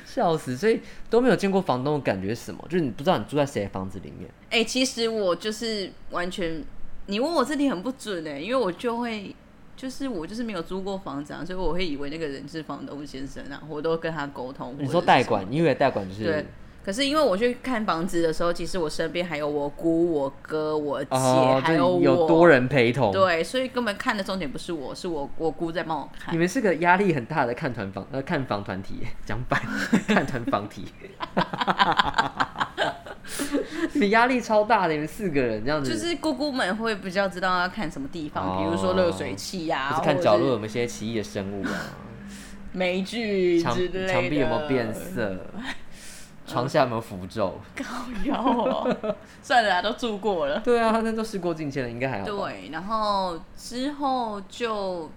Speaker 1: 笑死！所以都没有见过房东的感觉是什么，就是你不知道你住在谁的房子里面。
Speaker 2: 哎、欸其实我就是完全，你问我这题很不准哎、因为我就会就是我就是没有租过房子啊，所以我会以为那个人是房东先生啊，我都跟他沟通。
Speaker 1: 你
Speaker 2: 或者
Speaker 1: 说
Speaker 2: 是
Speaker 1: 代
Speaker 2: 什么
Speaker 1: 管，你以为代管就是
Speaker 2: 对可是因为我去看房子的时候，其实我身边还有我姑、我哥、我姐，
Speaker 1: 哦，
Speaker 2: 还
Speaker 1: 就
Speaker 2: 我
Speaker 1: 有多人陪同。
Speaker 2: 对，所以根本看的重点不是我，是我我姑在帮我看
Speaker 1: 你。们是个压力很大的看团房呃看房团体耶讲反 *laughs* 看团房体，你们压力超大的，你们四个人这样子，
Speaker 2: 就是姑姑们会比较知道要看什么地方，比如
Speaker 1: 哦
Speaker 2: 说热水器呀、
Speaker 1: 不
Speaker 2: 啊，
Speaker 1: 是看角落有没有一些奇异的生物啊，
Speaker 2: 霉菌
Speaker 1: 墙
Speaker 2: 之类的，
Speaker 1: 墙壁有没有变色，床下有没有符咒？
Speaker 2: 靠腰哦，算了啦，都住过了。
Speaker 1: 对啊，那都事过境迁了，应该还好吧，
Speaker 2: 对，然后之后就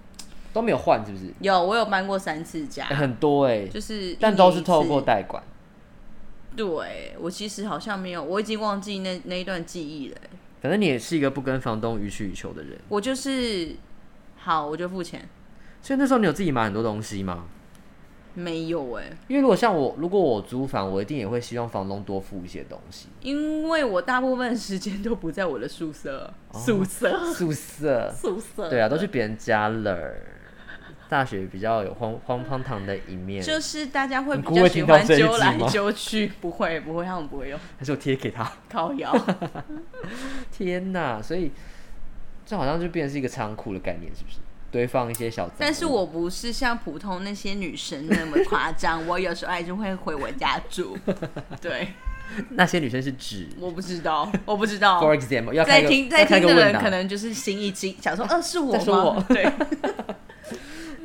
Speaker 1: 都没有换是不是？
Speaker 2: 有我有搬过三次家
Speaker 1: 欸，很多哎，
Speaker 2: 啊就是
Speaker 1: 但
Speaker 2: 一
Speaker 1: 都
Speaker 2: 年
Speaker 1: 是
Speaker 2: 一
Speaker 1: 透
Speaker 2: 次
Speaker 1: 过代管。
Speaker 2: 对我其实好像没有，我已经忘记那那一段记忆了欸。
Speaker 1: 反正你也是一个不跟房东予取予求的人，
Speaker 2: 我就是好，我就付钱，
Speaker 1: 所以那时候你有自己买很多东西吗？
Speaker 2: 没有哎，
Speaker 1: 因为如果像我，如果我租房，我一定也会希望房东多付一些东西。
Speaker 2: 因为我大部分时间都不在我的宿舍，宿舍，
Speaker 1: 宿舍，
Speaker 2: 宿舍。
Speaker 1: 哦对啊，都去别人家了。大学比较有荒荒荒唐的一面，
Speaker 2: 就是大家会
Speaker 1: 你
Speaker 2: 比
Speaker 1: 姑
Speaker 2: 较
Speaker 1: 会
Speaker 2: 喜
Speaker 1: 听到
Speaker 2: 欢
Speaker 1: 这一
Speaker 2: 揪
Speaker 1: 集
Speaker 2: 来
Speaker 1: 吗
Speaker 2: 揪去，不会不会，他们不会用
Speaker 1: 还是我贴给他。 *laughs*
Speaker 2: 靠腰。 *laughs*
Speaker 1: 天哪！所以这好像就变成是一个仓库的概念，是不是？堆放一些小杂物。
Speaker 2: 但是我不是像普通那些女生那么夸张，我有时候还是会回我家住。对，
Speaker 1: 那些女生是指
Speaker 2: 我不知道，我不知道。
Speaker 1: ，for example，要开
Speaker 2: 在
Speaker 1: 个
Speaker 2: 听
Speaker 1: 要
Speaker 2: 在
Speaker 1: 开
Speaker 2: 听
Speaker 1: 个
Speaker 2: 的
Speaker 1: 问
Speaker 2: 人
Speaker 1: 答
Speaker 2: 可能就是心一惊，
Speaker 1: *laughs*
Speaker 2: 想说，呃，是我
Speaker 1: 在说
Speaker 2: 吗？
Speaker 1: 我
Speaker 2: 对
Speaker 1: *laughs*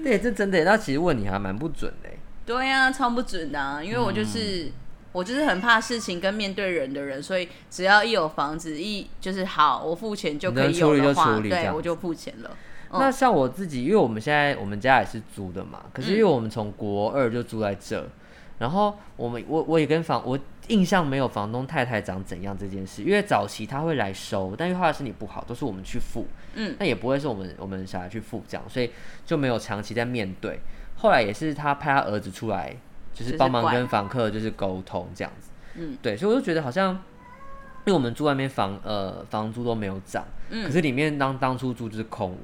Speaker 1: 对，这真的，那其实问你还蛮不准的。欸
Speaker 2: 对呀、超不准的、啊，因为我就是、
Speaker 1: 嗯
Speaker 2: 我就是很怕事情跟面对人的人，所以只要一有房子一就是好，我付钱就可以有的
Speaker 1: 能
Speaker 2: 话，
Speaker 1: 处理就处理这
Speaker 2: 对
Speaker 1: 样
Speaker 2: 我就付钱了。嗯
Speaker 1: 那像我自己，因为我们现在我们家也是租的嘛，可是因为我们从国二就住在这，然后我们我我也跟房我印象没有房东太太长怎样这件事，因为早期他会来收，但因为他的身体不好，都是我们去付，
Speaker 2: 嗯，
Speaker 1: 那也不会是我们我们小孩去付这样，所以就没有长期在面对。后来也是他派他儿子出来，就
Speaker 2: 就是
Speaker 1: 是帮忙
Speaker 2: 管
Speaker 1: 跟房客就是沟通这样子，
Speaker 2: 嗯，
Speaker 1: 对，所以我就觉得好像，因为我们住外面房呃房租都没有涨，
Speaker 2: 嗯
Speaker 1: 可是里面当当初住就是空屋。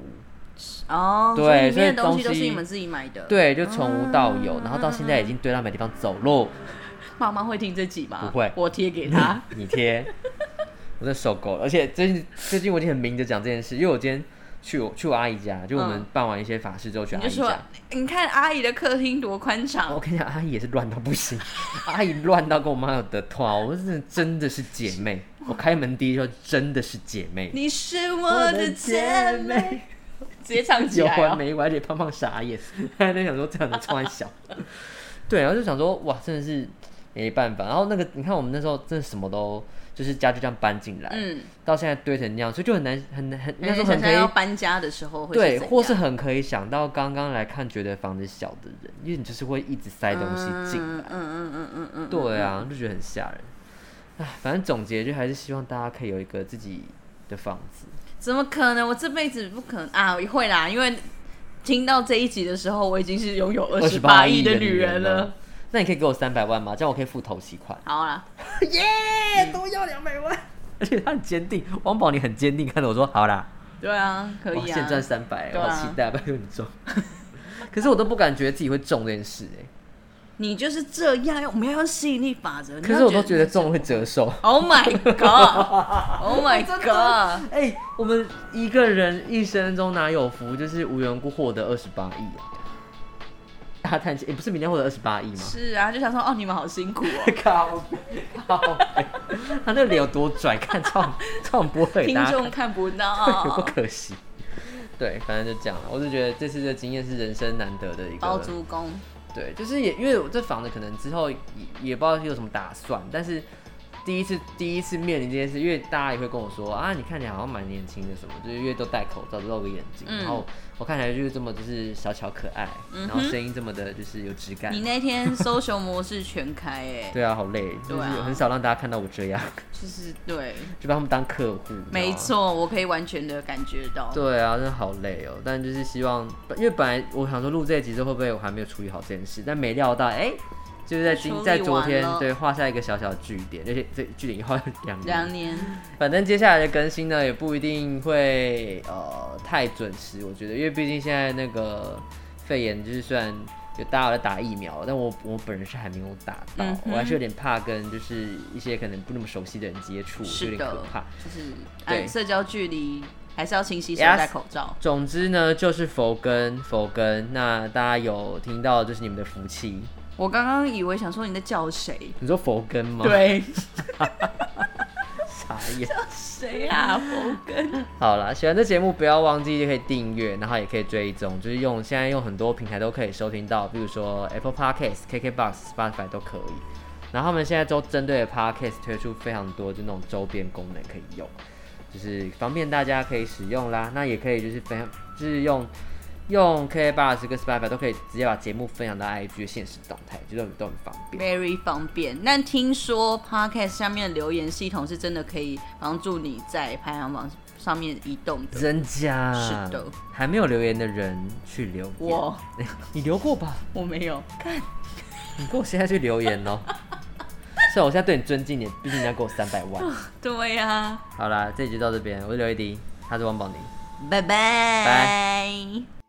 Speaker 2: 哦，
Speaker 1: 对所
Speaker 2: 所以里
Speaker 1: 以
Speaker 2: 面的东西
Speaker 1: 东
Speaker 2: 都是
Speaker 1: 西
Speaker 2: 你们自己买的。，
Speaker 1: 对，就从无到有，然后到现在
Speaker 2: 啊
Speaker 1: 已经堆到没地方走路，
Speaker 2: 妈妈会听这集吗？
Speaker 1: 不会
Speaker 2: 我贴给
Speaker 1: *laughs*
Speaker 2: 她。
Speaker 1: 你贴，我真的受够了。而且最近最近我已经很明着讲这件事，因为我今天去我去我阿姨家，就我们
Speaker 2: 嗯
Speaker 1: 办完一些法事之后去
Speaker 2: 你
Speaker 1: 阿
Speaker 2: 就
Speaker 1: 姨
Speaker 2: 说
Speaker 1: 家。，
Speaker 2: 你看阿姨的客厅多宽
Speaker 1: 我
Speaker 2: 敞，
Speaker 1: 跟你讲，阿姨也是乱到不行，阿姨乱到跟我妈有得拖，我真的真的是姐妹。我开门第一句真的是姐妹，
Speaker 2: 你是我的姐妹，，直接唱起
Speaker 1: 有
Speaker 2: 来
Speaker 1: 完
Speaker 2: 哦。
Speaker 1: 没完？而且胖胖傻眼， *laughs* 他还在想说这样的穿小，对，然后就想说哇，真的是没办法。然后那个你看我们那时候真的什么都就是家具这样搬进来，
Speaker 2: 嗯，
Speaker 1: 到现在堆成那样，所以就很难很很应该
Speaker 2: 那
Speaker 1: 说
Speaker 2: 你
Speaker 1: 很可
Speaker 2: 想象要
Speaker 1: 以。
Speaker 2: 搬家的时候会
Speaker 1: 对，
Speaker 2: 怎
Speaker 1: 或是
Speaker 2: 样
Speaker 1: 很可以想到刚刚来看觉得房子小的人，因为你就是会一直塞东西进来，
Speaker 2: 嗯嗯嗯嗯嗯嗯，
Speaker 1: 对啊，就觉得很吓人。唉，反正总结就还是希望大家可以有一个自己的房子。
Speaker 2: 怎么可能？我这辈子不可能啊！会啦，因为听到这一集的时候，我已经是拥有二十八
Speaker 1: 28
Speaker 2: 亿的
Speaker 1: 女
Speaker 2: 女人
Speaker 1: 了
Speaker 2: 了。，
Speaker 1: 那你可以给我三百万吗？这样我可以付头期款。
Speaker 2: 好啦，
Speaker 1: 耶，都要两百万。 *laughs* 而且他很坚定，王宝你很坚定看着我说好啦，
Speaker 2: 对啊，可
Speaker 1: 哇
Speaker 2: 以
Speaker 1: 现
Speaker 2: 啊。
Speaker 1: 赚三百，我
Speaker 2: 对啊
Speaker 1: 好期待，拜托你中。 *laughs* 可是我都不敢觉得自己会中这件事
Speaker 2: *laughs*
Speaker 1: 哎，
Speaker 2: 你就是这样，我们要用吸引力法则。
Speaker 1: 可是我都觉
Speaker 2: 觉
Speaker 1: 得中了会折寿。
Speaker 2: Oh my god！Oh my god！
Speaker 1: *laughs* 哎、我们一个人一生中哪有福，就是无缘无故获得二十八亿啊！大家叹气，哎、不是明天获得二十八亿吗？
Speaker 2: 是啊，就想说哦，你们好辛苦哦。
Speaker 1: *laughs* 靠靠
Speaker 2: *laughs*
Speaker 1: 北！他那个脸有多拽，看超超不会，
Speaker 2: 听
Speaker 1: 大家看
Speaker 2: 众看不
Speaker 1: 有多
Speaker 2: 到，
Speaker 1: 可惜。对，反正就这样了。我就觉得这次的经验是人生难得的一
Speaker 2: 包
Speaker 1: 个，
Speaker 2: 租公。
Speaker 1: 对，就是也因为我这房子可能之后也也不知道有什么打算，但是第一次第一次面临这件事，因为大家也会跟我说啊，你看起来好像蛮年轻的什么，就是因为都戴口罩，都露个眼睛，
Speaker 2: 嗯
Speaker 1: 然后我看起来就是这么就是小巧可爱，然后声音这么的就是有质感
Speaker 2: 你。那天 social 模式全开哎，
Speaker 1: 对啊，好累，就
Speaker 2: 对啊
Speaker 1: 是很少让大家看到我这样， *laughs*
Speaker 2: 就是对，
Speaker 1: 就把他们当客户。你知道吗
Speaker 2: 没错，我可以完全的感觉到。
Speaker 1: 对啊，真的好累哦。但就是希望，因为本来我想说录这一集之后会不会我还没有处理好这件事，但没料到，哎、就是在
Speaker 2: 处
Speaker 1: 今
Speaker 2: 理
Speaker 1: 在昨
Speaker 2: 完
Speaker 1: 天
Speaker 2: 了
Speaker 1: 对画下一个小小的据点，而且这据点以后两年
Speaker 2: 两年
Speaker 1: 反正接下来的更新呢，也不一定会呃太准时，我觉得，因为毕竟现在那个肺炎，就是虽然就大家有在打疫苗，但我我本人是还没有打到，
Speaker 2: 嗯哼
Speaker 1: 我还是有点怕跟就是一些可能不那么熟悉的人接触，
Speaker 2: 是
Speaker 1: 嗯有点
Speaker 2: 的
Speaker 1: 可怕。
Speaker 2: 就是哎
Speaker 1: 对
Speaker 2: 按社交距离还是要勤洗手、
Speaker 1: Yes
Speaker 2: 戴口罩。
Speaker 1: 总之呢，就是佛根佛根，那大家有听到就是你们的福气，
Speaker 2: 我刚刚以为想说你在叫谁，
Speaker 1: 你说佛根吗？，
Speaker 2: 对，
Speaker 1: *laughs*
Speaker 2: *laughs*
Speaker 1: 傻眼。
Speaker 2: 谁啊？佛根，
Speaker 1: 好啦，喜欢这节目不要忘记可以订阅，然后也可以追踪，就是用现在用很多平台都可以收听到，比如说 Apple Podcast、KKBox、Spotify 都可以。然后他们现在都针对 Podcast 推出非常多就那种周边功能可以用，就是方便大家可以使用啦。那也可以就是分享，就是用用 KKBox 跟 Spotify 都可以直接把节目分享到 IG 的现实动态，就都很都很方便。
Speaker 2: very 方便。但听说 podcast 下面的留言系统是真的可以帮助你在排行榜上面移动的。
Speaker 1: 真假？
Speaker 2: 是的，
Speaker 1: 还没有留言的人去留言。
Speaker 2: 我
Speaker 1: *laughs* 你留过吧？
Speaker 2: 我没有，
Speaker 1: *laughs* 你给我现在去留言哦。 *laughs* 虽然我现在对你尊敬一点，毕竟你要给我三百万。
Speaker 2: 对啊呀、
Speaker 1: 好啦，这集就到这边，我是刘一迪，他是王宝宁。
Speaker 2: 拜拜。